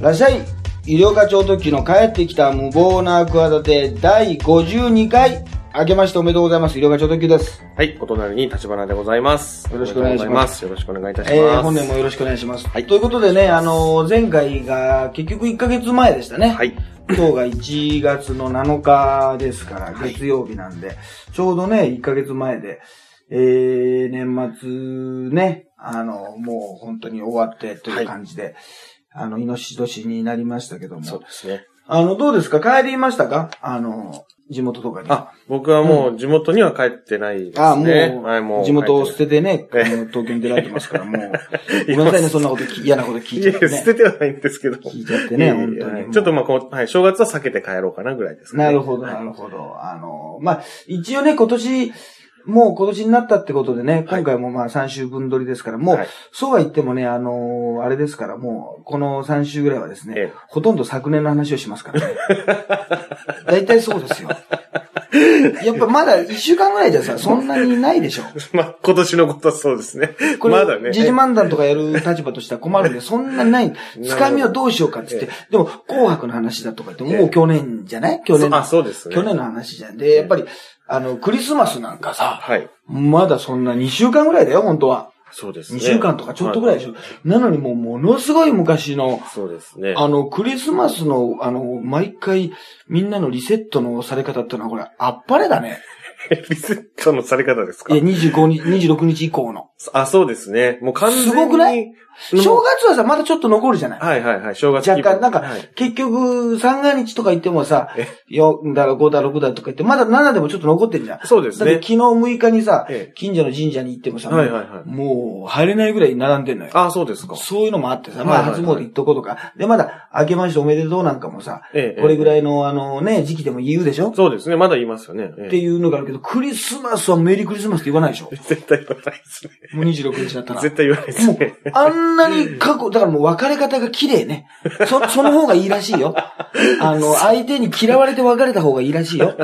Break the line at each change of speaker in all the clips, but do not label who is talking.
らっしゃい医療課長特急の帰ってきた無謀な企て第52回明けましておめでとうございます医療課長特急です
はい、お隣に立花でございます。
よろしくお願いします
おめでとうございますよろしくお願いいたします。
えー、本年もよろしくお願いします。
はい
ということでね、あのー前回が結局1ヶ月前でしたね。
はい。
今日が1月の7日ですから、
はい
月曜日なんで、ちょうどね、1ヶ月前で、えー、年末ね、あの、もう本当に終わってという感じで、あの、イノシシ年になりましたけど
そう
も。
ですね。
あの、どうですか帰りましたかあの、地元とかに。
あ、僕はもう地元には帰ってないですね。
あ、も
はい、も
う、
う。
地元を捨
て
ててね、あ
え
の
え
東京に出られてますから、 もう、ごめんなさいね、そんなこと聞、嫌なこと聞い
い
ち
や、
ゃってね
捨。ててはないんですけど。
聞いちゃってね、
いやい
本
や
当
はい
に。
ちょっとまあこう、はい、正月は避けて帰ろうかなぐらいですかね。
なるほど、
はい
なるほど。あの、まあ、一応ね、今年、もう今年になったってことでね、
はい
今回もまあ3週分撮りですから、もう、
はい
そうは言ってもね、あのーあれですから、もう、この3週ぐらいはですね、
ええ
ほとんど昨年の話をしますからね。 大体そうですよ。やっぱまだ1週間ぐらいじゃさ、そんなにないでしょ。
まあ、今年のことはそうですね。
これ、
まだね。
時事漫談とかやる立場としては困るんで、そんなにない。つかみをどうしようかって言って、でも、紅白の話だとかって、もう去年じゃない去年
あ、そうですね。
去年の話じゃん。で、やっぱり、あの、クリスマスなんかさ、
はい。
まだそんな2週間ぐらいだよ、本当は。
そうですね。
2週間とかちょっとぐらいでしょ。なのにもうものすごい昔の、
はいそうですね。
あの、クリスマスの、あの、毎回、みんなのリセットのされ方ってのは、これ、あっぱれだね。
リセットのされ方ですか
いや、25日、26日以降の。
あ、そうですね。もう完全に。
すごくない
う
正
ん
月はさ、まだちょっと残るじゃない
はいはいはい。正月
若
気分
干、なんか
はい、
結局、三が日とか言ってもさ
え、
4だろ、5だ、6だとか言って、まだ7でもちょっと残ってるじゃん。
そうです
だっ
ね
て。昨日6日にさ
ええ、
近所の神社に行ってもさ、
はいはいはい
もう入れないぐらい並んでんのよ。
あ、そうですか。
そういうのもあってさ、
は
まあ
いはいは
初
い
詣行っとこうとか、で、まだ明けましておめでとうなんかもさ、
ええ
これぐら
い。
いのあのね、時期でも言うでしょ
そうですね。まだ言いますよね。ええ
っていうのがあるけど、クリスマスはメリークリスマスって言わないでしょ
絶対言わないですね。
もう26日だったら。
絶対言わないです
もう
ね。、
あんなに過去、だからもう別れ方が綺麗ね。そ、 その方がいいらしいよ。あの、相手に嫌われて別れた方がいいらしいよ。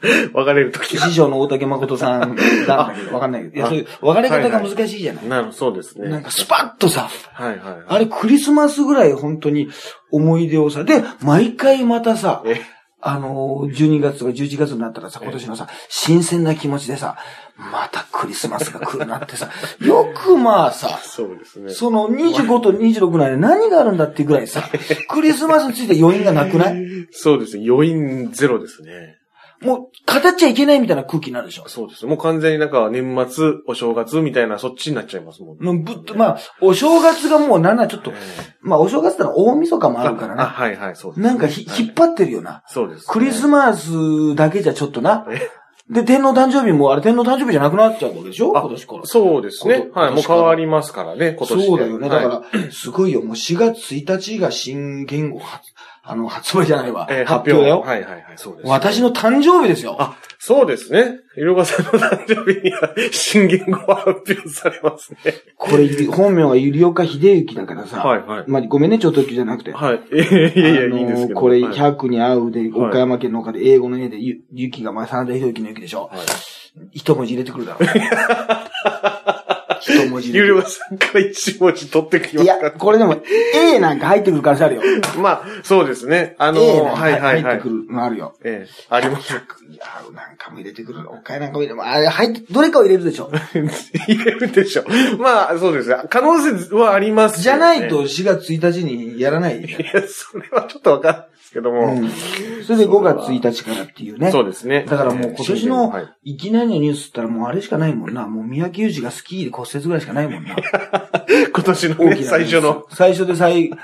別れるときは。
師匠の大竹誠さんなんだけど、わかんないけど。いや、
あ
そういう、別れ方が難しいじゃない。
なるそうです
なん
ね。
かスパッとさ、
はいはいは
あれクリスマスぐらい本当に思い出をさ、で、毎回またさ
い。、え
あのー、12月とか11月になったらさ、今年のさ、新鮮な気持ちでさ、またクリスマスが来るなってさ、 よくまあさ、
そうですね。
その25と26の間で何があるんだっていうぐらい さ、クリスマスについて余韻がなくない
そうですね。余韻ゼロですね。
もう語っちゃいけないみたいな空気になるでしょ。
そうですね。もう完全になんか年末、お正月みたいな、そっちになっちゃいますもん。
もうぶっとまあ、お正月がもうなんならちょっと
え、え
まあお正月ってのは大晦日もあるから
あ、
な。
はいはい、そうです。
なんかひ引っ張ってるよな。
そうですね。
クリスマスだけじゃちょっとな。
え
で、天皇誕生日もあれ天皇誕生日じゃなくなっちゃうわけでしょ
あ
今年から。
そうですね。
こと
はい。もう変わりますからね、今年で。
そうだよね。だ
はい
から、すごいよ。もう4月1日が新言語発、あの、発売じゃないわ。
えー
発表だよ。
はいはいはい、そうです。
私の誕生日ですよ。
あ、そうですね。いろがさんの誕生日には新言語が発表されますね。
これ、本名が百合岡秀幸だからさ。
はいはい
まあ、ごめんね、超特急じゃなくて。
はい。いやいやいや、
あのー
いいですけど。
これ、
はい、
100に合うで、
はい
岡山県の丘で、英語の絵で、ゆ、ゆきが、まあ、真田広之のゆきでしょ。
はい
一文字入れてくるだ ろう。一文字入
ゆ
れ
り
て
ばさんから一文字取ってき
くる。
ま
い
すか
や、これでも、A なんか入ってくる可能性あるよ。
まあ、そうですね。あのー
A なんか
はいはいは
入っ
い
てく。るのあるよ。
ええあります。
いや、なんかも入れてくる。岡山なんかも入れて、あれ、入って、どれかを入れるでしょ。
言えるでしょ。まあ、そうですね。可能性はあります、
じゃない。と、4月1日にやらない。
いや、それはちょっとわかんないですけども。
うんそれで5月1日からっていうね。
そうですね。
だからもう今年
ええはい
の、いきなりのニュースったらもうあれしかないもんな。もう宮城裕二がスキーで骨折ぐらいしかないもんな。
今年の
大
ね、
きな
最初の。。
最初で最後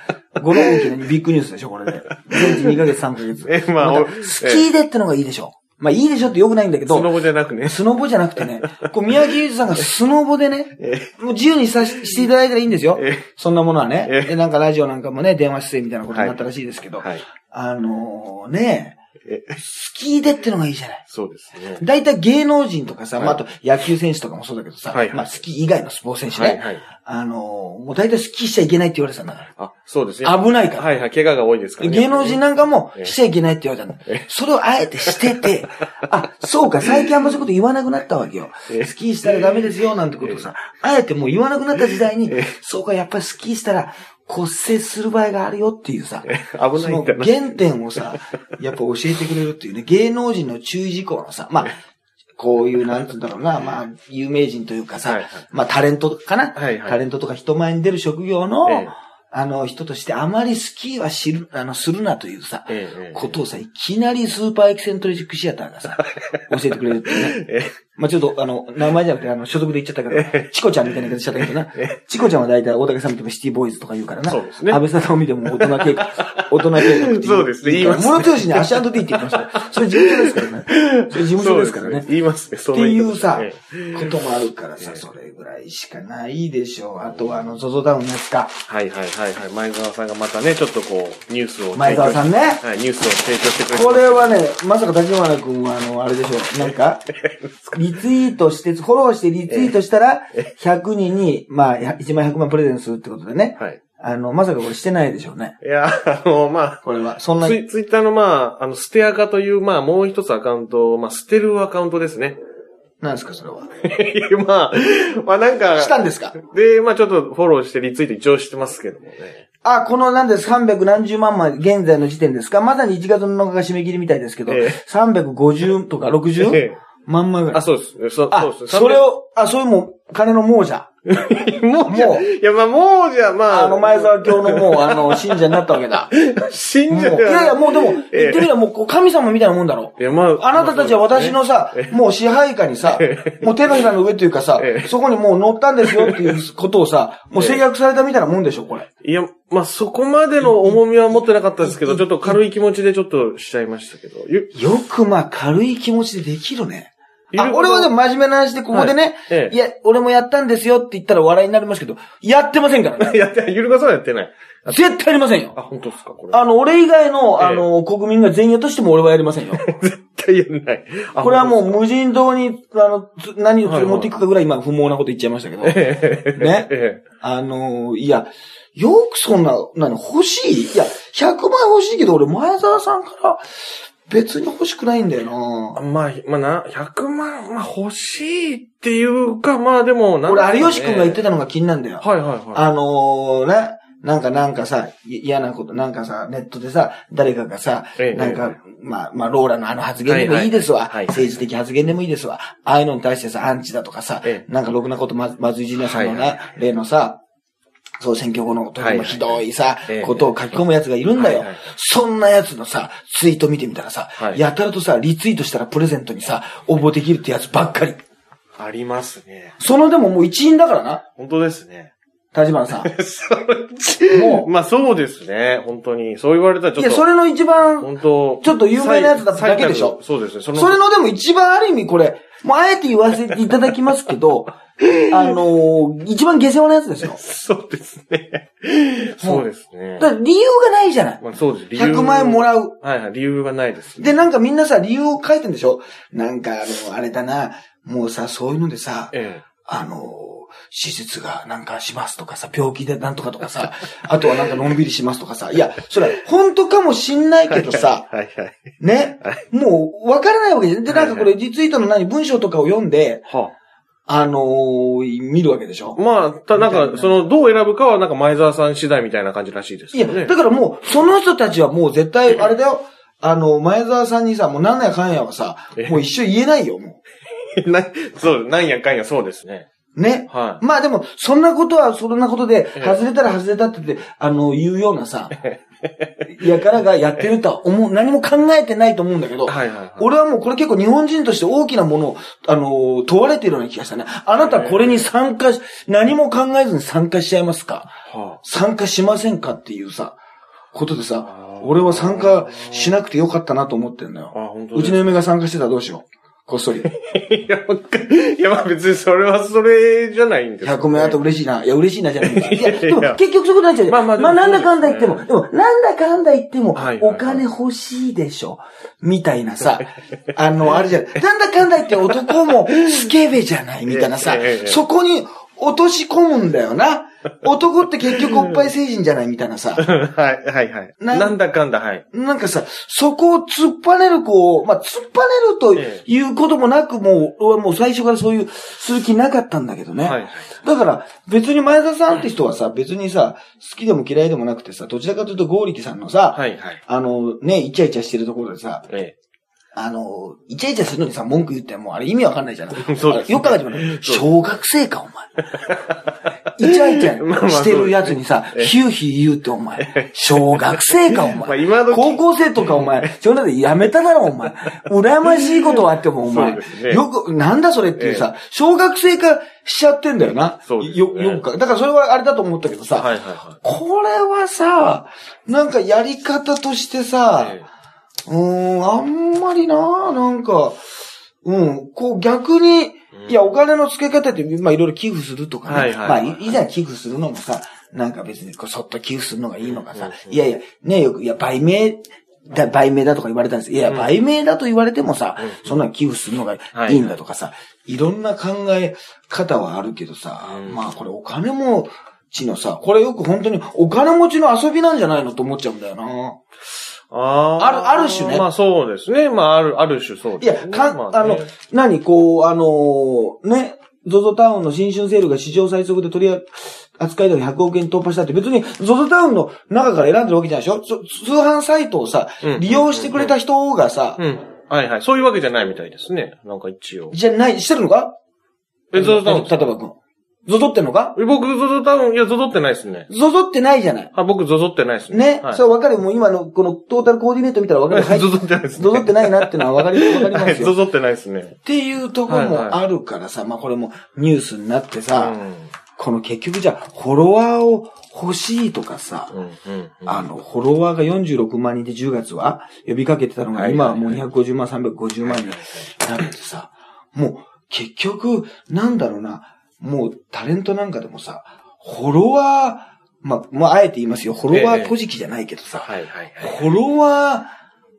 の大きなビッグニュースでしょ、これで。全治2ヶ月3ヶ月。
ええまあ
た
お
スキーでってのがいいでしょ。まあいいでしょってよくないんだけ
そ
ど、
の後じゃなくね。
スノボじゃなくてね、こう宮城裕二さんがスノボでね、
え
もう自由にさししていただいたらいいんですよ
ええ。
そんなものはね。
ええ
でなんかラジオなんかもね、電話出演みたいなことになったらしいですけど、
はい。
あのーね、
え
スキーでってのがいいじゃない。
そうですね。
大体芸能人とかさ、
はい
まあ、あと野球選手とかもそうだけどさ、
はいはい
まあ、スキー以外のスポーツ選手ね、
はいはい。
あのー、もう大体スキーしちゃいけないって言われてたんだか
あ、そうですね。
ら。危ないから。
はいはい、怪我が多いですからね。
芸能人なんかも
ええ
しちゃいけないって言われたんだ。それをあえてしてて、あ、そうか、最近あんまそういうこと言わなくなったわけよ。
ええ
スキーしたらダメですよ、なんてことをさ、あえてもう言わなくなった時代に、そうか、やっぱりスキーしたら、骨折する場合があるよっていうさ、
危
そ
ない
の
んだな。
原点をさ、やっぱ教えてくれるっていうね、芸能人の注意事項のさ、まあ、こういう、なんつうんだろうな、まあ、有名人というかさ、
はいはい
まあ、タレントかな、
はいはい
タレントとか人前に出る職業の、
ええ
あの、人としてあまりスキーは知る、あの、するなというさ、
ええええ
ことをさ、いきなりスーパーエキセントリックシアターが さ、教えてくれるっていうね。
え
まあちょっと、あの、名前じゃなくて、あの、所属で言っちゃったから、チコちゃんみたいな言い方しちゃったけどな。チコちゃんは大体大竹さん見てもシティボーイズとか言うからな。
そうですね
安倍さんを見ても大人計 画、大人計画ってい
そうですね言いますね
物強しに足 &D って言ってましたよ。それ事務所です からね。それ事務所ですから
そう
ね。
言いますね、そ
って
の言
い
方
うさ
え、
こともあるからさ、それぐらいしかないでしょう。あとは、あの、ゾゾダウンのやつか。
えはいはいはいはい。前澤さんがまたね、ちょっとこう、ニュースを提供
前澤さんね
はい、ニュースを提供してくれて
これはね、まさか立花君は、あの、あれでしょう。なん か、リツイートして、フォローしてリツイートしたら、100人に、まあ、1万100万プレゼントするってことでね。
はい。
あの、まさかこれしてないでしょうね。
いや、あの、まあ、
これは。そんな
ツイツイッターの、まあ、あの、ステアカという、まあ、もう一つアカウント、まあ、捨てるアカウントですね。
なんですか、それは。
いやまあ、まあなんか、
したんですか
で、まあちょっとフォローしてリツイート一応してますけどもね。
あ、このなんです、300何十万枚、現在の時点ですかまさに1月の7日が締め切りみたいですけど、
ええ
350とか 60?
ええ
万枚ぐら
あ、
い。
そうです。そ
あ、
うです。
それを、あ、そういうもう、金の亡者。
300、もうじゃ、
もう
いや、まあもうじゃ、まあ、
あの、前沢教のもう、あの、信者になったわけだ。
信
もうい
者では
やいや、もうでも、
ええ
言ってみればもうこう神様みたいなもんだろ。
いや、まあ、
あなたたちは私のさ、もう支配下にさ、もう手のひらの上というかさ
え、え
そこにもう乗ったんですよっていうことをさ、もう制約されたみたいなもんでしょ、これ。
いや、まあそこまでの重みは持ってなかったですけど、ちょっと軽い気持ちでちょっとしちゃいましたけど。ゆ
よくまあ軽い気持ちでできるね。
ゆ
あ、俺はでも真面目な話でここでね、
はいええ
いや、俺もやったんですよって言ったら笑いになりますけど、やってませんからね。
やって、ゆるかさんはやってない。
絶対やりませんよ。
あ、本当ですか、これ。
あの、俺以外の、
ええ
あの、国民が全員やとしても俺はやりませんよ。
絶対やんない。あ
これはも
本
う無人島に、あの、つ何を連れ持っていくかぐらい今不毛なこと言っちゃいましたけど。
当ですかええ
ね
ええ。
あのーいや、よくそんな、何、欲しいいや、100万欲しいけど、俺、前澤さんから、別に欲しくないんだよな
まあ、まあな、100万、まあ欲しいっていうか、まあでもなんか
俺、
ね、
有吉くんが言って
た。
たのが気になるんだよ。
はいはいはい。
あのーね、なんかなんかさ、い嫌なこと、なんかさ、ネットでさ、誰かがさ、
ええ
なんか、まあ、まあ、ローラのあの発言でも
はいはい
いいですわ。
はい
政治的発言でもいいですわ。ああいうのに対してさ、アンチだとかさ、
ええ
なんかろくなことま、まずいじなさんのね、
はいは
例のさ、そう、選挙後のと
は
て
い
も
はい
ひどいさ、
ええ
ことを書き込む奴がいるんだよ。
はいはい
そんな奴のさ、ツイート見てみたらさ、
はい
やたらとさ、リツイートしたらプレゼントにさ、応募できるってやつばっかり。
ありますね。
そのでももう一員だからな、
本当ですね。
立花さん。も
もう。まあそうですね。本当に。そう言われたらちょ
い
っ
や、
と。
それの一番、
本当。
ちょっと有名なやつだっただけでしょ
最最たるそうですね。その
それのでも一番ある意味これ、もうあえて言わせていただきますけ ど、あのー一番下世話なやつですよ。
そうですね。そうですね
だ。から理由がないじゃない。
まあそうです。
100万円もらう。
はいはい。理由がないです。
で、なんかみんなさ、理由を書いてんでしょなんか、あの、あれだな、もうさ、そういうのでさ、
え
あのー手術がなんかしますとかさ、病気でなんとかとかさ、あとはなんかのんびりしますとかさ、いや、それは本当かもしんないけど
え。
さ、
はいはい。
ね、もうわからないわけじゃん。で、なんかこれ、リツイートの何、文章とかを読んで、
は
あのー見るわけでしょ
あ、まあ、た、なんか、その、どう選ぶかは、なんか前澤さん次第みたいな感じらしいです
いや、
けどね。
だからもう、その人たちはもう絶対、あれだ よ。あの、前澤さんにさ、もうなんやかんやはさ
え、
もう一生言えないよ、も
なそう、なんやかんや、そうですね。
う。ね。
は
まあでも、そんなことは、そんなことで、
え
外れたら外れたって言って、あの、言うようなさ、 やからがやってるとは思う、何も考えてないと思うんだけど、
い。はいはいはい。
俺はもうこれ結構日本人として大きなものを、あのー問われているような気がしたね。あなたこれに参加し、何も考えずに参加しちゃいますか
は
参加しませんかっていうさ、ことでさ
あ、ー
俺は参加しなくてよかったなと思ってんだよ。
あ、あ、本当
う
です
ちの嫁が参加してたらどうしよう。こっそり。
いや、わかいや、まあ別にそれはそれじゃないんです
100名あと嬉しいな。いや、嬉しいなじゃないんだよ。い
いやい
や、
や
でも結局そういうことになっちゃうよ。ま
ま
あ
あ
ま
ま
あ、
あ
まあなんだかんだ言っても、
そう
でもなんだかんだ言っても
はい、はいは
お
い
金欲しいでしょ。みたいなさ、あの、あれじゃん。なんだかんだ言って男もスケベじゃないみたいなさ
えええええ、え
そこに落とし込むんだよな。男って結局おっぱい成人じゃないみたいなさ。
はい、はい、はい。
な
なんだかんだ、はい。
なんかさ、そこを突っぱねる子を、まあ、突っぱねる
え
ということもなく、もう、俺はもう最初からそういう、する気なかったんだけどね。
はい。
だから、別に前田さんって人はさ、別にさ、好きでも嫌いでもなくてさ、どちらかというとゴーリキさんのさ、
はい、はい。
あの、ね、イチャイチャしてるところでさ、
え。
あの、イチャイチャするのにさ、文句言ってもうあれ意味わかんないじゃない
そうですね
よく考えてもね、小学生か、お前。イチャイチャしてるやつに さ、ヒューヒー言うってお前。小学生か、お
まあ
前。
今時
高校生とかお前、そんなでやめただろ、お前。羨ましいことはあっても、お前
そうです。ね
よく、なんだそれっていうさ、小学生化しちゃってんだよな。
そうですね
よ、よくか。だからそれはあれだと思ったけど
えは
さ、
い、はい、はい。
これはさ、なんかやり方としてさ、
え
うーん、あんまりな、なんか、うん、こう逆に、
うん
いや、お金の付け方って、まあいろいろ寄付するとかね。
はいはい
ま
は
あ、
い
いいざ寄付するのもさ、なんか別にこうそっと寄付するのがいいのかさ、
うん
いやいや、ねよく、いや、売名、だ、売名だとか言われたんです。いや、売名だと言われてもさ、そんなの寄付するのがいいんだとかさ、いろんな考え方はあるけどさ、
うん
まあこれお金持ちのさ、これよく本当にお金持ちの遊びなんじゃないのと思っちゃうんだよな。
あー
あるある種ね
まあそうですね。まあある、ある種そう
い
です
や、
ね。
か、
ま
あの
ね、
何、こう、あのーね、ゾゾタウンの新春セールが史上最速で取り扱い高100億円突破したって別にゾゾタウンの中から選んでるわけじゃないでしょそ通販サイトをさ
うんうんうんう、ん
利用してくれた人がさ、
うん。はいはい。そういうわけじゃないみたいですね。なんか一応。
じゃない、してるのか
え、ゾゾタウン
例えばくん。ゾゾってんのか
え僕、ゾゾタウン、いや、ゾゾってないですね。
ゾゾってないじゃない。
あ、僕、ゾゾってないですね。
ね、
はい、
そうわかるよ。もう今のこのトータルコーディネート見たらわかるよ。はい
ゾゾってないですね。
ゾゾってないなってのはわかり、わかりま
はい
すよ。
ゾ
っ
ゾってないですね。
ていうところ
はい
も
はい
あるからさ、まあこれもニュースになって
う
さ、
ん。
この結局じゃあ、フォロワーを欲しいとかさ、
うん。うん。
あの、フォロワーが46万人で10月は呼びかけてたのが、
はい
今はもう250万、350万になるってさ、もう結局、なんだろうな、もうタレントなんかでもさ、フォロワー、まあ、まあ、あえて言いますよ、フォロワー閉じきじゃないけどさ、
はいはいはい。
フォロワ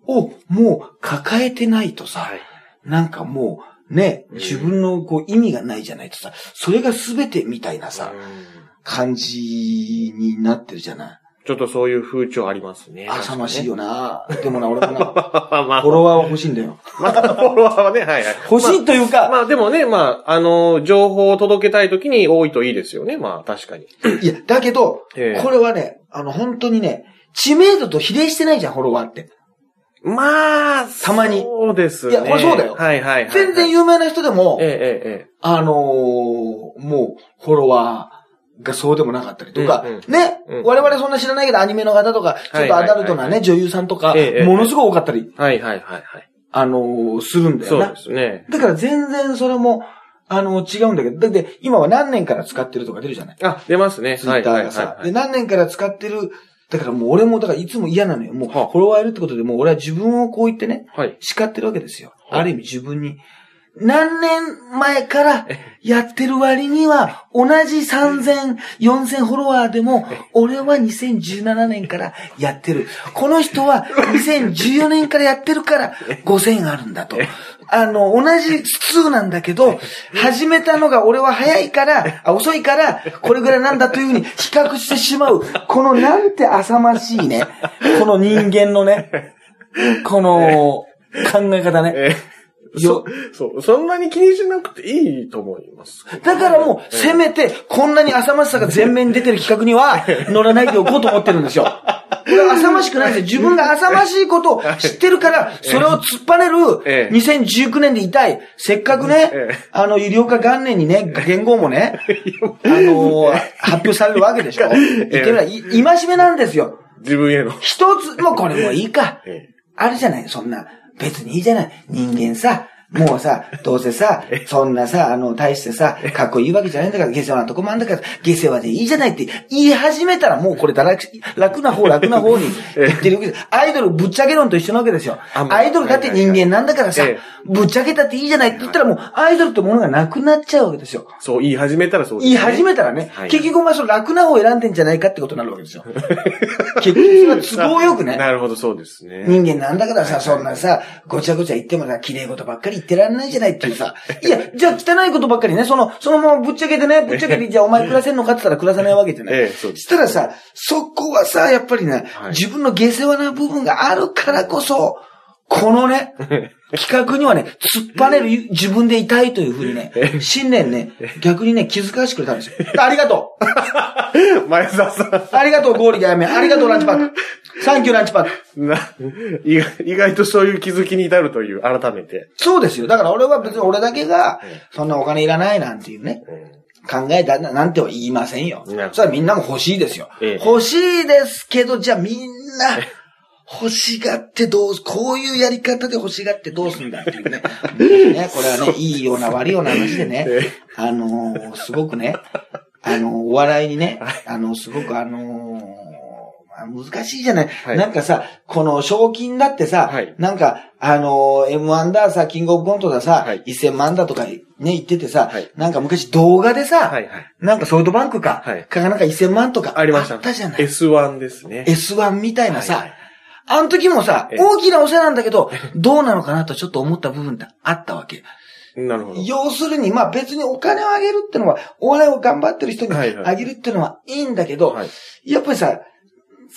ーをもう抱えてないとさ、
はい。
なんかもう、ね、
うん
自分のこう意味がないじゃないとさ、それが全てみたいなさ、
うん
感じになってるじゃない。
ちょっとそういう風潮ありますね。
浅ましい
よ。
よな。でもな、俺もな、
まあ
フォ、ロワーは欲しいんだよ。
まあ、フォロワーはね、はいはい。
欲しいというか、
まあでもね、まあ、あの、情報を届けたいときに多いといいですよね。まあ確かに。
いや、だけど、
ええ
これはね、あの、本当にね、知名度と比例してないじゃん、フォロワーって。
まあ、
たまに
そうですね。
いやこれそうだよ
はいはいはい。
全然有名な人でも
え、ええええ
あのーもう、フォロワーがそうでもなかったりとか
うん、
ね
うん、
我々そんな知らないけど、アニメの方とか、ちょっとアダルトな
はいはいはいは
ね、女優さんとか
えええ、え
ものすごい多かったり、
え。はいはいはいはい。
あのーするんだよ
そう
な
で。すね。
だから全然それも、あの、違うんだけど、だって今は何年から使ってるとか出るじゃない
あ、出ますね。
ツイッターが
はい
さ
は。いは
で、
い
何年から使ってる、だからもう俺も、だからいつも嫌なのよ。もう、フ
はあ
ォロワーいるってことで、もう俺は自分をこう言ってね、
はい。はい。
叱ってるわけですよ。
はあ
ある意味自分に。何年前からやってる割には、同じ3000、4000フォロワーでも、俺は2017年からやってる。この人は2014年からやってるから、5000あるんだと。あの、同じ数なんだけど、始めたのが俺は早いから、あ遅いから、これぐらいなんだというふうに比較してしまう。このなんて浅ましいね。この人間のね、この考え方ね。
ええ。
よ
そ、そう。そんなに気にしなくていいと思います。
だからもう、せめて、こんなに浅ましさが全面に出てる企画に は、乗らないでおこうと思ってるんですよ。これは浅ましくないんですよ。自分が浅ましいことを知ってるから、それを突っぱね
え
る、
え
2019年でいたい。せっかく
え
ね
え、
あの、医療科元年にね、元号も ね、あのー、発表されるわけでしょ。言ってみれば、い戒めなんですよ。
自分への。
一つ、もうこれもういいか
ええ。
あるじゃない、そんな。別にいいじゃない。人間さ、もうさ、どうせさ、そんなさ、あの、大してさ、かっこいいわけじゃないんだから、下世話なとこもあんだから、下世話でいいじゃないって言い始めたら、もうこれだらし、楽な方、楽な 方に言ってるわけです。アイドルぶっちゃけ論と一緒なわけですよ。
あまあ
アイドルだって人間なんだからさ
はいはいは、
ぶっちゃけたっていいじゃないって言ったら、もうアイドルってものがなくなっちゃうわけですよ。
そう、言い始めたらそうです、
言
ね。
い始めたらね
は、い
結局お前その楽な方を選んでんじゃないかってことになるわけです よ。結局それは都合よくね。
なるほど、そうですね。
人間なんだからさ、そんなさ、ごちゃごちゃ言ってもさ、綺麗事ばっかり言ってらんないじゃないっていうさ。いや、じゃあ汚いことばっかりね、その、そのままぶっちゃけて ね、ぶっちゃけて、じゃあお前暮らせんのかって言ったら暮らさないわけじゃない。
ええ、そうです。
したらさ、そこはさ、やっぱりね、
はい
自分の下世話な部分があるからこそ、この ね、企画にはね、突っ張れる自分でいたいというふうにね、新年ね、逆にね、気づかしてくれたんですよ。ありがとう
前澤さん。
ありがとう、ゴーリーやめ。ありがとう、ランチパック。サンキュー、ランチパック。
な、意外意外とそういう気づきに至るという、改めて。
そうですよ。だから俺は別に俺だけが
ええ、
そんなお金いらないなんていうね、
う
考えだななんては言いませんよ。そ
なるほど
れはみんなも欲しいですよ。
ええ
欲しいですけど、じゃあみんな、欲しがってどうす、こういうやり方で欲しがってどうすんだっていう ね。ねこれはね、いいような悪いような話でね
ええ、
あのーすごくね、あのーお笑いにね、あのーすごくあのーまあ難しいじゃない、
い
なんかさ、この賞金だってさ、
はい
なんか、あのー M1 ださ、キングオブコントださ、
はい
1000万だとかね、言っててさ、
はい
なんか昔動画でさ、
はいはい
なんかソフトバンクか、
はい
かなんか1000万とか
ありました。
あったじゃない。
S1 ですね。
S1 みたいなさ、
はいはい
あの時もさ、
ええ
大きなお世話なんだけど、どうなのかなとちょっと思った部分ってあったわけ。
なるほど。
要するに、まあ別にお金をあげるってのは、お笑いを頑張ってる人に
はいはい
あげるってのはいいんだけど、
はい
やっぱりさ、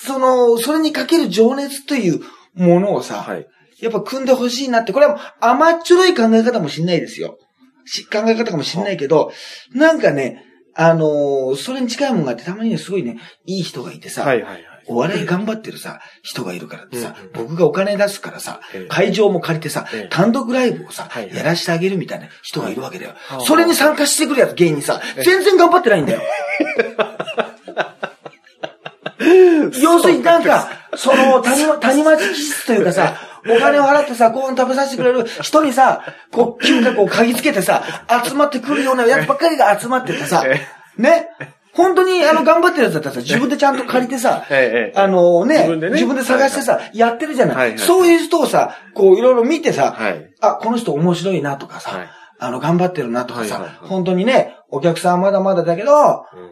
その、それにかける情熱というものをさ、
はい。
やっぱ組んでほしいなって、これは甘っちょろい考え方もしんないですよ。し考え方かもしんないけど、なんかね、あのーそれに近いもんがあって、たまにねすごいね、いい人がいてさ、
はいはいはい。
お笑い頑張ってるさ、人がいるからってさ
うんうん、
僕がお金出すからさ
ええ、
会場も借りてさ
ええ、
単独ライブをさ
はい、はい
やらしてあげるみたいな人がいるわけだよ
は。い
それに参加してくるやつ芸人さ、全然頑張ってないん だよ。要するになんか、その、谷間、谷町技術というかさ、お金を払ってさ、ご飯食べさせてくれる人にさ、こう、嗅覚を嗅ぎつけてさ、集まってくるようなやつばっかりが集まっててさ
え、
ね本当に、あの、頑張ってるやつだったらさ、自分でちゃんと借りてさ、
ええええ
あのね
自分でね
自分で探してさ、やってるじゃない,、
はいはい
そういう人をさ、こう、いろいろ見てさ、
はい
あ、この人面白いなとかさ、
はい
あの、頑張ってるなとかさ、
はいはいはい
本当にね、お客さんはまだまだだけど、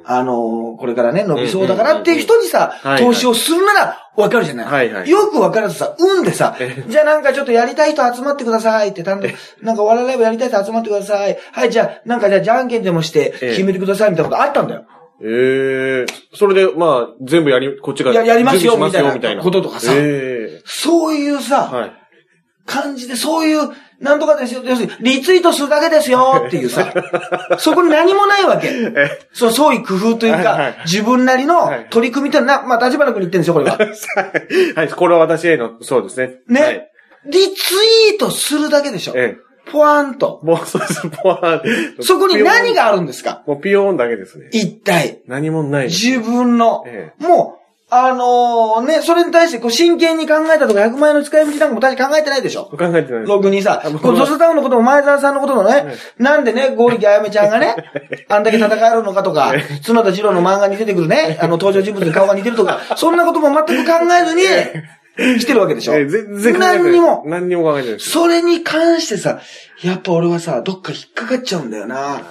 あの、これからね、伸びそうだからっていう人にさ、
うんうんうんうん
投資をするならわかるじゃない,、
はいはい
よくわからずさ、運でさ、じゃあなんかちょっとやりたい人集まってくださいって、単独、なんかお笑いライブやりたい人集まってください。はい、じゃあ、なんかじゃあじゃんけんでもして
ええ
決めてくださいみたいなことあったんだよ。
ええそれで、まあ、全部やり、こっちが。
いややりますよ
準備し
みたいなこととかさ
え
そういう
え
さ、
はい。
感じで、そういう、なんとかですよ、要するに、リツイートするだけですよっていう さ、そこに何もないわけ。
え
そう、そういう工夫という
はいはい
か、自分なりの
はい
取り組みというのはな、まあ、立花君に言ってるんですよ、これは。
はい、これは私への、そうですね。
ね、
はい
リツイートするだけでしょ。
ええ
ポワンと。
もう、そうです、ポワーン
そこに何があるんですか
もうピヨーンだけですね。
一体。
何もない。
自分の。
え
もう、あのーね、それに対してこう真剣に考えたとか、100万円の使い道なんかも大して考えてないでしょ。
考えてないです。
ログにさ、
あ僕
このゾスタウンのことも前澤さんのこともね、なんでね、ゴーリキあやめちゃんが ね、あんだけ戦えるのかとか、角田二郎の漫画に出てくるね、あの登場人物に顔が似てるとか、そんなことも全く考えずに、来てるわけでしょ。
ええ全然考えてない。
何にも。
何にも考えてないです。
それに関してさ、やっぱ俺はさ、どっか引っかかっちゃうんだよな。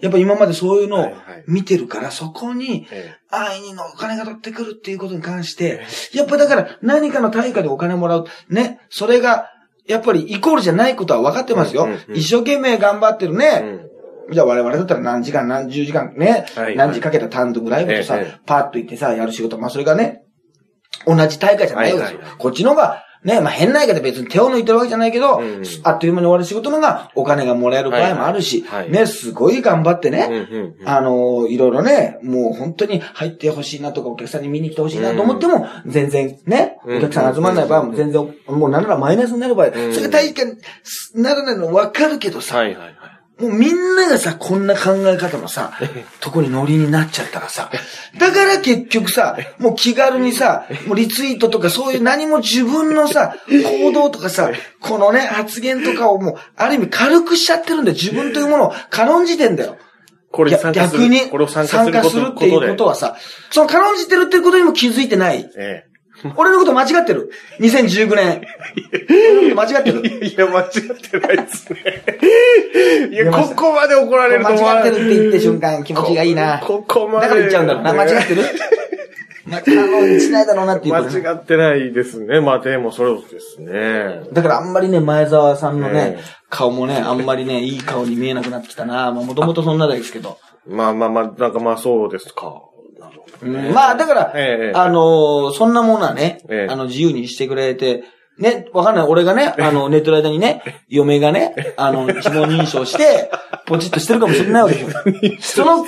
やっぱ今までそういうの
は
を
いはい
見てるから、そこに
ええ、
安易にのお金が取ってくるっていうことに関して、やっぱだから何かの対価でお金もらう。ね、それが、やっぱりイコールじゃないことは分かってますよ。
うんうんうん
一生懸命頑張ってる
う
ね。
ん。
じゃあ我々だったら何時間何十時間ね、
はい
何時かけた単独ライブとさ、
ええ
パッと行ってさ、やる仕事、まあそれがね、同じ大会じゃないわけですよ。
はいはいは
こっちの方が、ね、まあ変な言い方別に手を抜いてるわけじゃないけど、
うんうん
あっという間に終わる仕事の方がお金がもらえる場合もあるし、
はいはいはい
ね、すごい頑張ってね、
うんうんうん。
あのいろいろね、もう本当に入ってほしいなとか、お客さんに見に来てほしいなと思っても、全然ね、
うん
お客さん集まらない場合も全然、もうなんならマイナスになる場合、
ん
それ大変ならないの分かるけどさ、
はいはいはい。
もうみんながさ、こんな考え方のさ、とこにノリになっちゃったらさ、だから結局さ、もう気軽にさ、もうリツイートとかそういう何も自分のさ、行動とかさ、このね、発言とかをもう、ある意味軽くしちゃってるんだよ。自分というものを軽んじてんだよ。
これに参加する。
逆に
これを参加す
参
る
加
こ
す
と
るっていうこと
は。
はさ、その軽んじてるっていうことにも気づいて ない。
え
俺のこと間違ってる。2019年。俺のこと間違ってる。
え。いや、間違ってないです ね。いや、ここまで怒られると思わ
間
な
違
い
ってるって言った瞬間気持ちがいいな。
ここま
だ
で。
から言っちゃうんだろうな。間違ってるなかなか落ちないだろうなっていう
間
ことね
違ってないですね。まあでもそうですね。
だからあんまりね、前澤さんのね、
ええ
顔もね、あんまりね、いい顔に見えなくなってきたな。まあもともとそんなですけど。
まあまあまあ、なんかまあそうです か。なるほどね
まあだから、
ええ
あのーそんなものはね、
ええ
あの自由にしてくれて、ね、わかんない。俺がね、あの、寝てる間にね、嫁がね、あの、指紋認証して、ポチッとしてるかもしれないわけですよ。その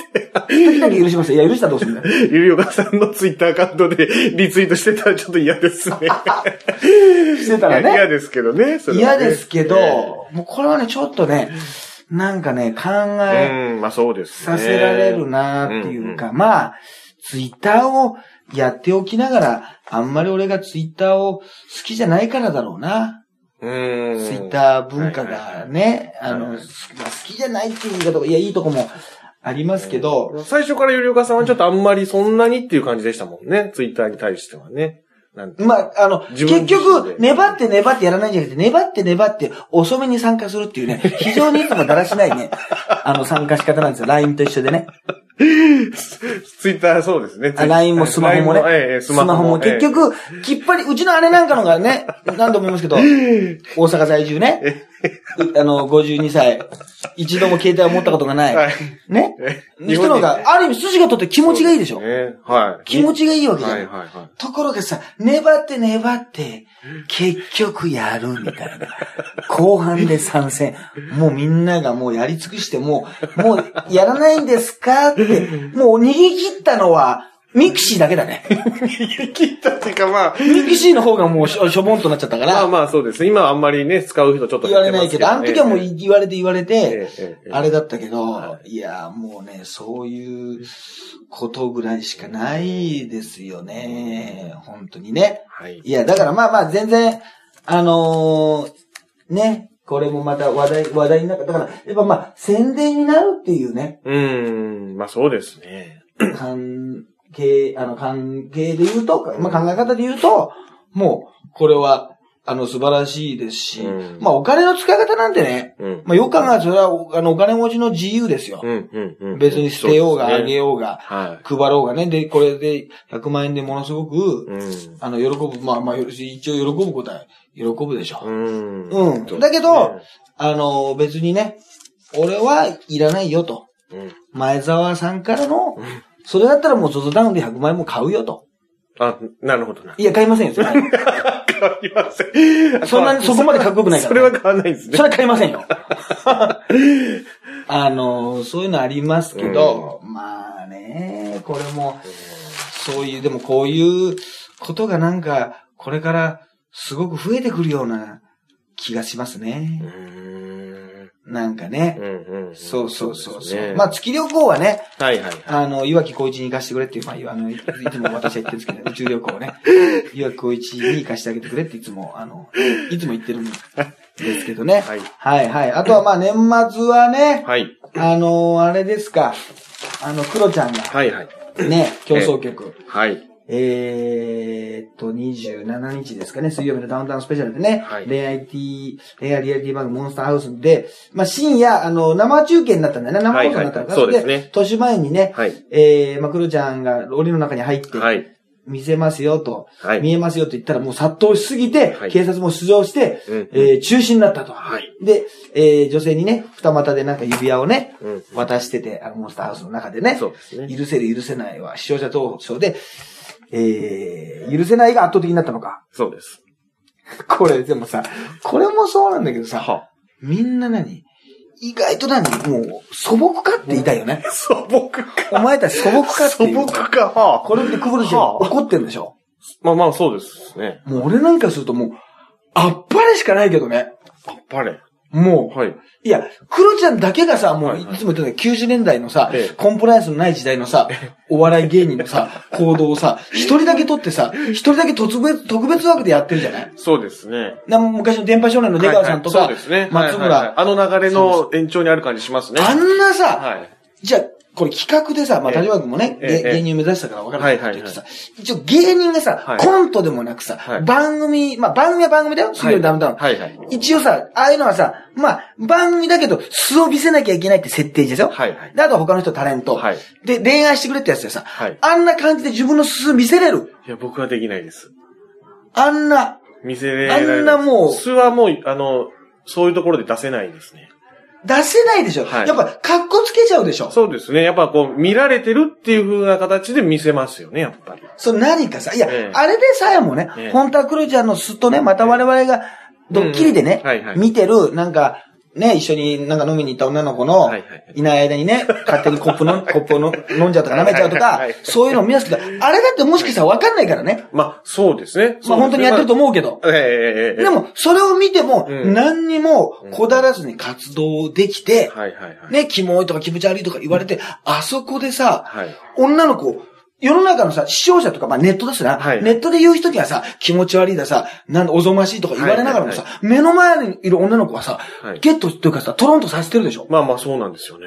時だけ許しますいや、許したらどうするんだよ。
ゆりおかさんのツイッターアカウントで リツイートしてたらちょっと嫌です ね。
してたら
いや嫌
ね。
ですけどね、それは
嫌
ね
ですけど、
え
もうこれはね、ちょっとね、なんかね、考
え
え
うん、まあそうです
さ
ね。
せられるなっていうか、まあ、ツイッターをやっておきながら、あんまり俺がツイッターを好きじゃないからだろうな。
うん。うん。
ツイッター文化
はいはい
が
はい
ね、あ
はい
の、
はい
好きじゃないっていう言い方も、いや、いいとこもありますけど、
最初からゆりおかさんはちょっとあんまりそんなにっていう感じでしたもんね。ツイッターに対してはね。なんて
まあ、あの、
自分
結
自身で
局、粘って粘ってやらないんじゃなくて、粘って粘って遅めに参加するっていうね、 非常にいつもだらしないね、あの参加仕方なんですよ。LINE と一緒でね。
ツイッターそうですね。
あ LINE もスマホも
LINE えええ
ね。
え
スマホも結、局、きっぱり、うちの姉なんかのがね、何度も言い ますけど、大阪在住ね、うあの、52歳、一度も携帯を持ったことが
ええ
な
はい
い。。ね
え
人の方が、ある意味筋が取って気持ちがいいでしょ
そうですねはい。
気持ちがいいわけじゃ
は
ん
いはいは
ところがさ、粘って粘って、結局やるみたいな。後半で参戦。もうみんながもうやり尽くして、もう、もうやらないんですかって、もう逃げ切ったのは、ミクシーだけだ ね。
い。切ったっていうかまあ、
ミクシーの方がもうしょしょぼんとなっちゃったか
まあ
ら、
まあそうですね。今はあんまりね、使う人ちょっと
言われないけど、あの時はもう
い
言われて言われて、
え
あれだったけど、いや、もうね、そういうことぐらいしかないですよね。本当にね。
はい。
いや、だからまあまあ、全然、あのーね、これもまた話題、話題になった。だから、やっぱまあ、宣伝になるっていう ね、
うーん、まあそうですね。
関係、あの、関係で言うと、まあ考え方で言うと、もう、これは、あの、素晴らしいですし、
うん
まあ、お金の使い方なんてね、
うん。
まあ、よく考えたら、それは、おあの、お金持ちの自由ですよ
う。ん、うん、うん。
別に捨てようが、あげ
よ
ようが、
う。は
配ろうがね、で、これで100万円でものすごく
い。、う
あの、喜ぶ、まあまあ、よ一応喜ぶことは喜ぶでしょ。
ん。
うん
そうですね
だけど、あの、別にね、俺はいらないよと。
うん。
前澤さんからの、それだったらもう ZOZO ダウンで100万円も買うよと。
あ、なるほどな。
いや、買いま せんよ。それは
変わりませ ん。
そんなにそこまでかっこよくないから
それは変わらないですね
そ。れは買いません よ。あの、そういうのありますけど、まあね、これも、そういう、でもこういうことがなんか、これからすごく増えてくるような気がします
う
ね。
ん。
なんかね。
うんうん。
そうそうそう
です
そ
ね
う。まあ、月旅行はね、
はいはいはい。
あの、岩木光一に行かしてくれっていう、まあ、いわあの、いいつも私は言ってるんですけど、 宇宙旅行をね、岩木光一に行かしてあげてくれっていつも、あの、いつも言ってるんですけどね。
はい
はいはい。あとはまあ、年末はね、
はい。
あの、あれですか、あの、クロちゃんが、
はいはい。
ね、競争曲、
はい。
えーっと、27日ですかね、水曜日のダウンタウンスペシャルでね、
はい
恋愛 T、恋愛リアリティ番組モンスターハウスで、まあ、深夜、あの、生中継になったんだよね、生放送になったんだ
はいはいそうですね
年前にね、
はい。
えー、まあ、クロちゃんが檻の中に入って、
はい。
見せますよと、
はい
見えますよと言ったらもう殺到しすぎて、
はい
警察も出動して、
うんうん
えー中止になったと。
はい
で、えー、女性にね、二股でなんか指輪をね、
うん
渡してて、あの、モンスターハウスの中でね、
そうですね
許せる許せないは視聴者投票で、えー、許せないが圧倒的になったのか。
そうです。
これ、でもさ、これもそうなんだけどさ、
は
みんな何意外と何もう、素朴かって言いたいよね。
素朴か。
お前たち素朴かって
素
いう。
朴か。はあ
これってくぐるし
はあ
怒ってんでしょ
まあまあ、そうですね。
もう俺なんかするともう、あっぱれしかないけどね。
あっぱれ。
も
はい。
う、いや、クロちゃんだけがさ、もう
はい
い
はい
つも言ってたけど90年代のさ
ええ、
コンプライアンスのない時代のさ、お笑い芸人のさ、行動をさ、一人だけ取ってさ、一人だけ特別、特別枠でやってるじゃない
そうですね。
な昔の電波少年の出川さんとか、
はいはいそうですね。
松
はいはいはい
村、
あの流れの延長にある感じしますね。
あんなさ、
はい。
じゃあ、これ企画でさ、まあ、
ええ
田島君もね、
え
芸
えええ
芸人を目指したから分かる
はい
けど
はいはい
さ、一応芸人がさ
は、い
コントでもなく
は
さ、
い
番組、まあ、番組は番組だよ、水曜日ダウンタウン。
はいはい。
一応さ、ああいうのはさ、まあ、番組だけど、素を見せなきゃいけないって設定でしょ
はいはい。
で、あと他の人タレント。
はい
で、恋愛してくれってやつでさ、
はい
あんな感じで自分の素見せれる。
いや、僕はできないです。
あんな、
見せれられない。
あんなもう
素はもう、あの、そういうところで出せないですね。
出せないでしょ、
はい
やっぱ、格好つけちゃうでしょそ
そうですね。やっぱこう、見られてるっていう風な形で見せますよね、やっぱり。
う何かさ、いや、
ええ
あれでさえもね、
ええ
本当はクロちゃんの素とね、また我々が、ドッキリでね、
うんはいはい
見てる、なんか、ね、一緒になんか飲みに行った女の子の、
はいいはい
ない間にね、勝手にコップ の、コップをの飲んじゃうとか舐めちゃうとか、
はいはいはい
そういうのを見やすけど、あれだってもしかしたらわかんないからね。
まあ、そうですね。
まあ本当にやってると
思
思うけど。
う。ええええええ
で、も、それを見ても、
うん
何にもこだわらずに活動できて、
はいはいはい。
ね、キモいとか気持ち悪いとか言われて、あそこでさ、
はい。
女の子、世の中のさ、視聴者とか、まあネットですな、
はい
ネットで言う人にはさ、気持ち悪いださ、なんだ、おぞましいとか言われながらもさ、
はい
目の前にいる女の子はさ、
はい
ゲットというかさ、トロンとさせてるでしょ
まあまあ、そうなんですよね。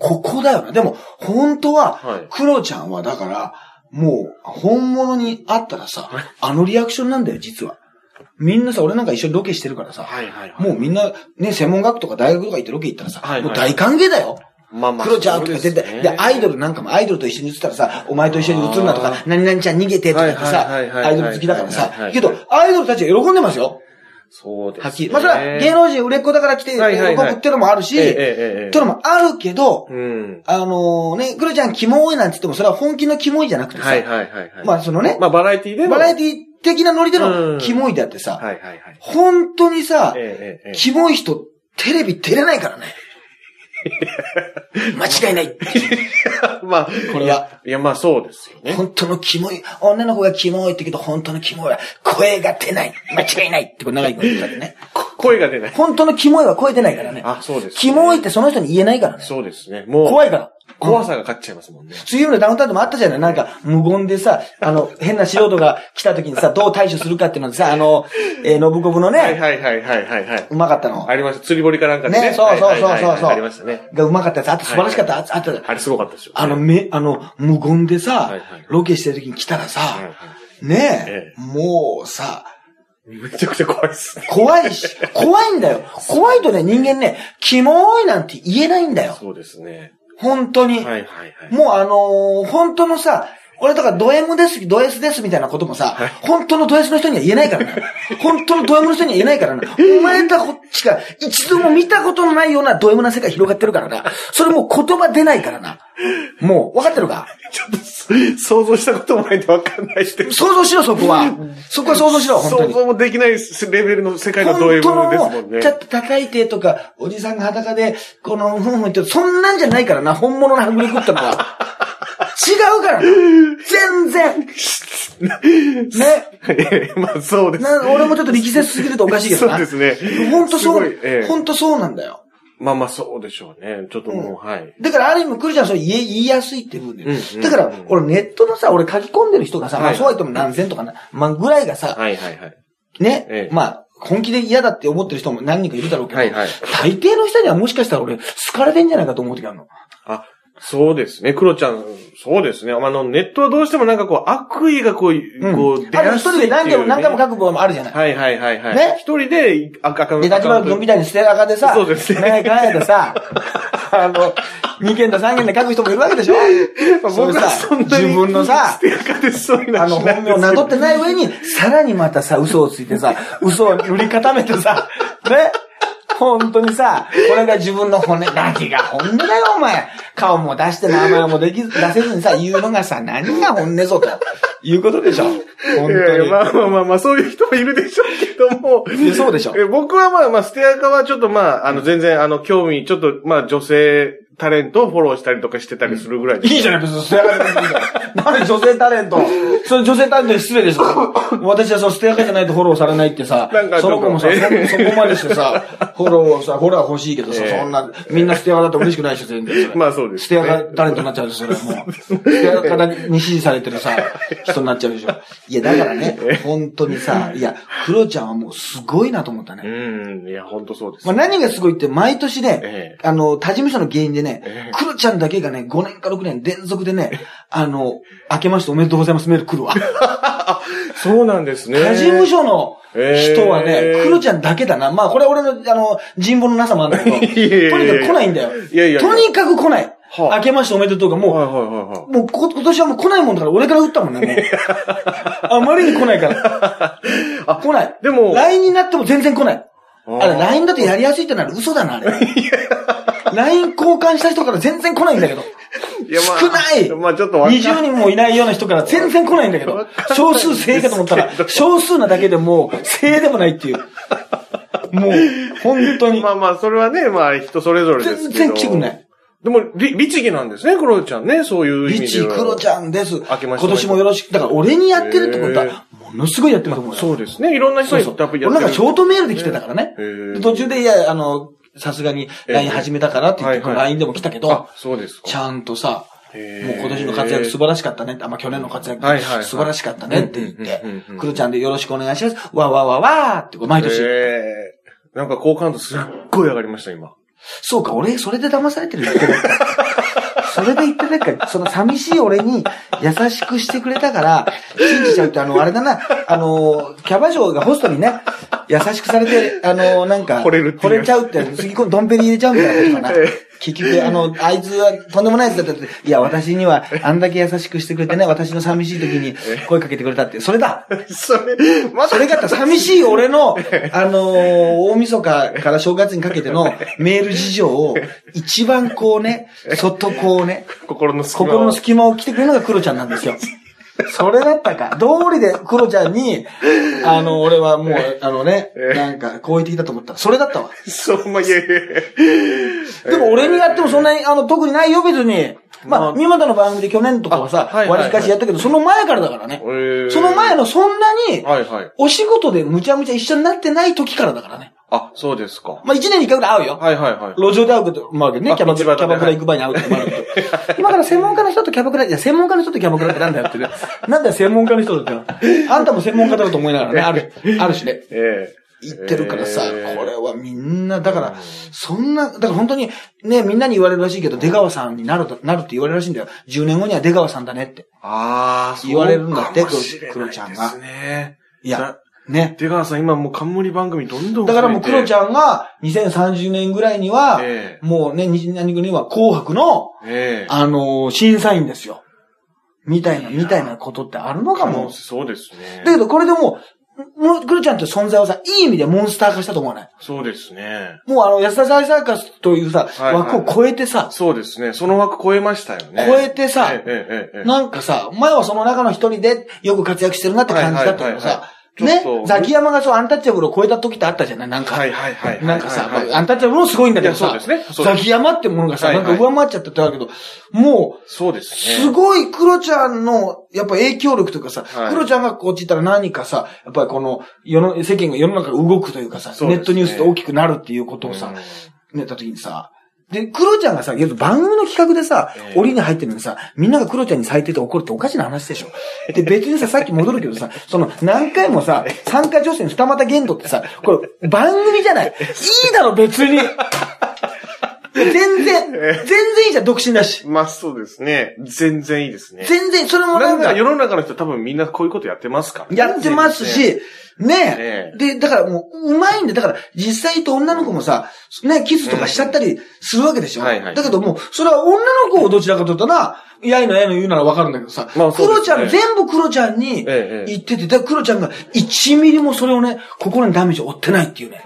ここだよな。でも、本当
は、
はいクロちゃんはだから、もう、本物に会ったらさ、あのリアクションなんだよ、実は。みんなさ、俺なんか一緒にロケしてるからさ、
はいはいはい。
もうみんな、ね、専門学とか大学とか行ってロケ行ったらさ、
はいはい
もう大歓迎だよ。
まあまあ、
クロちゃんとか絶
そう
対。
すね
で、アイドルなんかもアイドルと一緒に映ったらさ、お前と一緒に映るなと
あ
か、
ー
何々ちゃん逃げてとか言ってさ、
は
ア
い
イ
はいはいはいはい
ドル好きだから
はい
さ
はいは。い
けど、アイドルたちは喜んでますよ。
そうです、ね。
はっきり。まあ、それは芸能人売れっ子だから来て喜ぶ
はいはいはい
っていうのもあるし、
ええええええ
というのもあるけど、
うん。
あのね、クロちゃんキモいなんて言っても、それは本気のキモいじゃなくてさ、
はいはいはいはい。
まあそのね、
まあ、バラエティでも。
バラエ
テ
ティ的なノリで
う
の
ん
キモいであってさ、
はいはいはい。
本当にさ、
えええええ
キモい人、テレビ出れないからね。 間違いない。
え。まあ、
これはい
や、いやまあそうですよね。
本当のキモい、女の子がキモいって言うけど、本当のキモいは声が出ない。間違いない。ってこれ長いこと言ったけどね。
声が出ない。
本当のキモいは声出ないからね。
あ、そうです、ね。
キモいってその人に言えないからね。
そうですね。もう、
怖いから。
怖さが勝っちゃいますもんね。
水曜日のダウンタウンでもあったじゃないなんか、無言でさ、あの、変な素人が来た時にさ、どう対処するかっていうのでさ、あの、えー、信子の
はい
ね、。
はいはいはいはいはいう
まかったの
あ。りました。釣り堀かなんかでね。
ね、そうそうそう
はい
そ
は
う
い
そう。
はいありましたね。
がうまかったやつ、あと素晴らしかった、
は
あとあと、
あれすごかったですよ、ね。
あの、め、あの、無言でさ、
はいはい
ロケしてる時に来たらさ、
はいは
ねえ
え、
もうさ、
い、めちゃくちゃ怖いっすね。
怖いし、 怖いんだよ。怖いとね、人間ね、キモいなんて言えないんだよ。
そうですね。
本当に。
はいはいはい。
もうあのー本当のさ、俺だからド M です、ド S ですみたいなこともさ、本当のド S の人には言えない からな。本当のド M の人には言えないからな。お前らこっちが一度も見たことのないようなド M な世界広がってるからな。それもう言葉出ないからな。もう、分かってるか
ちょっとそ、想像したこともないんでわかんないして。
想像しろ、そこは。そこは想像しろ、本当
想
に。
像もできないレベルの世界の
本
ド M です
当の
もん
もう、
ね
ち。ょっと叩いてとか、おじさんが裸で、この、ふんふん言ってる、そんなんじゃないからな、本物の迫力っての は。違うからな全然ね
ええまあそうです。
な俺もちょっと力説すぎるとおかしいけどな。
そうですね
ほんとそ
すごいえ
う、
え
ほんとそうなんだよ。
まあまあそうでしょうね。ちょっともう、はい。
だからある意味、クリちゃんはそれ言え、言いやすいって部分で
うんうん。
だから、俺ネットのさ、俺書き込んでる人がさ、ま
は
あ
い
そうは言っても何千とかな、まあぐらいがさ、
はいはいはい。
ね
ええ、
まあ、本気で嫌だって思ってる人も何人かいるだろうけど
はいはい、
大抵の人にはもしかしたら俺、好かれてんじゃないかと思う時あるの。
あ、そうですね。クロちゃん、そうですね。あの、ネットはどうしてもなんかこう、悪意がこう、
うん
こう、出
あの
や
一
すいっ
人
てい
で
う、ね。
何回も何回も書くこともあるじゃない。
はいはいはいはい。
ね
一人で、あ、あかん
で、立場のみたいに捨てらかでさ、
そうですね
ね、帰って さ、あの、2件と3件で書く人もいるわけでしょ
僕はそんな
それさ自
に
分のさ
ステッカーでそういうの
あ
は
の、
しない
本
ですよ
名名乗ってない上に、さらにまたさ、嘘をついてさ、嘘を塗り固めてさ、ね本当にさ、これが自分の骨、何が本音だよ、お前。顔も出して名前もできず、出せずにさ、言うのがさ、何が本音ぞ、ということでしょ。本
いやい
当
や、
に。
まあまあまあまあ、そういう人もいるでしょうけども
いや。そうでしょ
え僕はまあまあ、ステアカはちょっとまあ、あの、全然、あの、興味、ちょっと、まあ、女性タレントをフォローしたりとかしてたりするぐらいで。
いいじゃない、別に捨てらかじゃないんだよ。なんで女性タレント。それ女性タレントに失礼でしょ。私はその捨てらかじゃないとフォローされないってさ
なん、かち
そ
ょ
の
っと
子もさ、そ
ええ
そこまでしてさ、フォローさ、フォローは欲しいけどさ、
ええ
そんな、みんな捨てらかだと嬉しくないでしょ、全然。
まあそうです
捨て
ね
らかタレントになっちゃうでしょ、それはもう。捨てらかに支持されてるさ、人になっちゃうでしょ。いや、だからね、本当にさ、いや、クロちゃんはもうすごいなと思ったね。
うん、いや、ほんとそうです。
まあ、何がすごいって、毎年ね、
ええ
あの、他事務所の芸人でね
ええ、
クロちゃんだけがね、5年か6年連続でね、あの、明けましておめでとうございますメール来るわ。
そうなんですね。
他事務所の人は
え
ね、
ー
クロちゃんだけだな。まあ、これは俺の、あの、人望のなさもあるんだけど、と
いやいやいや
にかく来ないんだよ。
いやいやいや
とにかく来ない。
はあ
明けましておめでとうが、もう、
はいはいはいはい。
もうこ今年はもう来ないもんだから、俺から打ったもんね、 もうあまりに来ないから。
あ
来ない。
でも
LINE になっても全然来ない。
あー
あれ、LINE だとやりやすいってなる嘘だ な、あれ。LINE 交換した人から全然来ないんだけど。
いやまあ
少ない
まあちょっとわかん
20人もいないような人から全然来ないんだけど
わかんないんですけ。ど
少数精鋭かと思った ら、少数なだけでもう、精鋭でもないっていう。もう、本当に。
まあまあ、それはね、まあ人それぞれです
全
けど。
然来てくんない。
でも、り、律儀なんですね、クロちゃんね、そういう意
リ
味
チ
では。
クロちゃんです。
明け
今
ましておめでとう
年もよろしく。だから俺にやってるってことは、ものすごいやってますもんね。
そうですね、いろんな人
そう
に
そう。
多分
俺
やっ
なんか
て
ショートメールで来てたからね
へ。ー
で途中で、いや、あの、さすがに
えー
LINE 始めたからって言って、
はいはい
LINE でも来たけど
あ、、そうですか。
ちゃんとさ、も
へ
う
ー
今年の活躍素晴らしかったねって、あ、まあ去年の活躍
はいはいはい
素晴らしかったねって言って
うんうんうんうんうん、
クロちゃんでよろしくお願いします。わわわわーって、こう毎年。
えーなんか好感度すっごい上がりました、今。
そうか、俺、それで騙されてるよ。それで言ってなんか、その寂しい俺に優しくしてくれたから、信じちゃうって、あの、あれだな、あの、キャバ嬢がホストにね、優しくされて、あの、なんか、
惚れるっていう
惚れちゃうって、次、このドンペリ入れちゃうみたいなことか
え
な
え。
結局、あの、あいつはとんでもないやつだったって、いや、私にはあんだけ優しくしてくれてね、私の寂しい時に声かけてくれたって、 それだ
それ、ま
それが寂しい俺の、あのー大晦日から正月にかけてのメール事情を、一番こうね、そっとこうね、
心の隙間を。
心の隙間を来てくれるのがクロちゃんなんですよ。それだったか。道理でクロちゃんに、あの、俺はもう、あのね、なんか、好意的だと思ったら、それだったわ。
そう、まあ、いやいやい や
でも俺にやってもそんなに、あの、特にないよ、別に。ま
ま
あ、
あ
三股の番組で去年とかはさ、
あはいはいはい
割りかしやったけど、その前からだからね
へ。ー
その前のそんなに、
はいはい。
お仕事でむちゃむちゃ一緒になってない時からだからね。
あ、そうですか。
まあ、一年に一回ぐらい会うよ。
はいはいはい。
路上で会うこともあるけどね、
あ
キャバクラ、
道端
キ
で
ャバクラ行く場合に会うこともあるけど。今から専門家の人とキャバクラ、いや、専門家の人とキャバクラってなんだよってね。なんだよ、専門家の人とって。あんたも専門家だろうと思いながら ね、ある、あるしね。
ええ
言ってるからさ、
ええ
これはみんな、だから、そんな、だから本当に、ね、みんなに言われるらしいけど、出川さんになると、なるって言われるらしいんだよ。10年後には出川さんだねって。
ああ、
言われるんだって
そうかもしれない
クロちゃん
で
が
すね。
いや、ね。
出川さん、今もう冠番組どんどん
だからもう、クロち
ん。
ゃんが、2030年ぐらいには、
ええ
もうね、20年ぐらいには、紅白の、
ええ
あのー審査員ですよ。みたいな、みたいなことってあるのかも。
そうですね
だ。けど、これでもう、もう、クロちゃんって存在をさ、いい意味でモンスター化したと思わない
そうですね。
もうあの、安田大サーカスというさ、
はいはい
枠を超えてさ、
そうですね。その枠超えましたよね。
超えてさ
ええええええ
なんかさ、前はその中の一人でよく活躍してるなって感じだったけど
はいはい
さ
は、いはい
ね
ちょっと、
ザキヤマがそう、アンタッチャブルを超えた時ってあったじゃないなんか。
はいはいはいはい
なんかさ、
はいはい
アンタッチャブルもすごいんだけど
い
さ
や、そうですねそうで
ザ
す
キヤマってものがさ、
はい
な
は
ん
い
か上回っちゃったってあるけど、もう、
そうですね。
すごいクロちゃんの、やっぱ影響力というかさ、
はい
クロちゃんがこっち行ったら何かさ、やっぱりこの、世の、世間が世の中が動くというかさ、
そうで
ネ
すね
ットニュースで大きくなるっていうことをさ、ね、た時にさ、で、クロちゃんがさ、いや番組の企画でさ
え、え
檻に入ってるのにさ、みんながクロちゃんに最低で怒るっておかしな話でしょ。で、別にさ、さっき戻るけ どさ、その、何回もさ、参加女性の二股限度ってさ、これ、番組じゃない。いいだろ、別 に。いや全然、全然いいじゃん、独身だし。
まあそうですね。全然いいですね。
全然、それもな
なんんか
か、
世の中の人多分みんなこういうことやってますからね。
やってます
全然ね。
し、ね
え
え。で、だからもう、うまいんで、だから、実際と女の子もさ、ね、キスとかしちゃったりするわけでしょ。
うんはいはい
だけどもう、それは女の子をどちらかというとな、やいのやいの言うならわかるんだけどさ、
まあそう
ク
ですね
ロちゃん、全部クロちゃんに
ええ
言ってて、だからクロちゃんが1ミリもそれをね、心にダメージを負ってないっていう ね。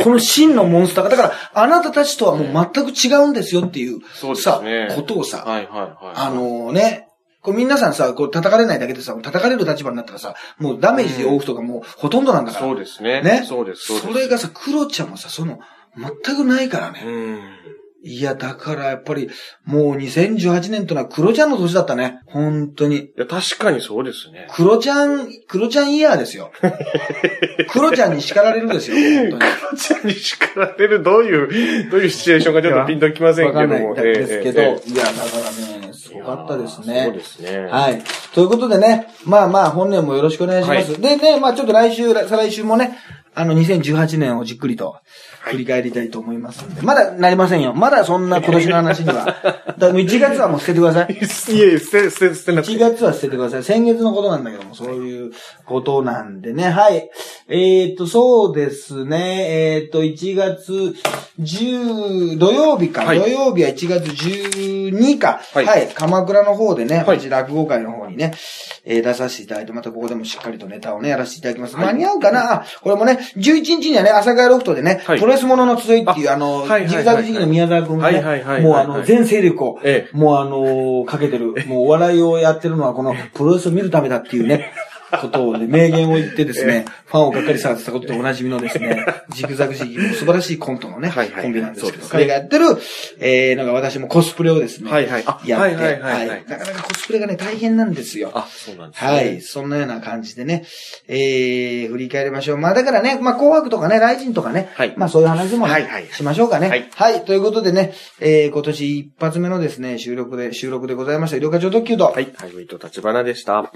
この真のモンスターが、だから、あなたたちとはもう全く違うんですよっていう、
そうです
さ
ね、
ことをさ、
はいはいはい。
あのね、こう皆さんさ、こう叩かれないだけでさ、叩かれる立場になったらさ、もうダメージを負う人がもうほとんどなんだから。
そうですね。
ね。
そうです、そうです。
それがさ、クロちゃんもさ、その、全くないからね。
うん。
いや、だからやっぱり、もう2018年とのはクロちゃんの年だったね。本当に。
いや、確かにそうですね。
クロちゃん、クロちゃんイヤーです よ。クロちゃんに叱られるですよ、本当に。
クロちゃんに叱られる、どういう、どういうシチュエーションかちょっとピンときません
わ
け
か
ど
んない
も。
ですけど、
えええ
いや、だからね、す
え
ごかったですね。
そうですね。
はい。ということでね、まあまあ、本年もよろしくお願いします。
は
でね、まあちょっと来週、再来週もね、あの、2018年をじっくりと、
はい
振り返りたいと思いますんで。まだなりませんよ。まだそんな今年の話 には。だからもう1月はもう捨ててください。
いえいえ、捨て、捨て、捨てなく
1
て。
月は捨ててください。先月のことなんだけども、そういうことなんでね。はい。えっ、と、そうですね。えっ、と、1月10、土曜日か。
はい
土曜日は1月12か。は、
はいい
鎌倉の方でね、
はい
私落語会の方にね、えー出させていただいて、またここでもしっかりとネタをね、やらせていただきます。間に合うかなあこれもね、11日にはね、朝会ロフトでね、
はい
トレスモノの集いっていう、あの、
はいはいはいはい
ジグザグジギーの宮沢くんがね、
はいはいはいはい
もうあの、全勢力を、
ええ
もうあのーかけてる、もうお笑いをやってるのはこのプロレスを見るためだっていうね、ことをね、名言を言って ですね、ファンをがっかりさせたことでおなじみのですね、ジグザグジギー、素晴らしいコントのね、
はいはい
コンビなんですけど、
そうですね
彼がやってる、えー、なんか私もコスプレをですね、
はいはいあ
やって、
はいはいはいはい
はいなかなかコスプレがね、大変なんですよ。
あ、そうなんですね。
はい。。そんなような感じでね、えー、振り返りましょう。まあだからね、まあ紅白とかね、ライジンとかね、
はい
まあそういう話もね、
はいはい
しましょうかね。は
はいい。
ということでね、えー、今年一発目のですね、収録で、収録でございました、医療課長特急と、
はい。ハイブリッド立花でした。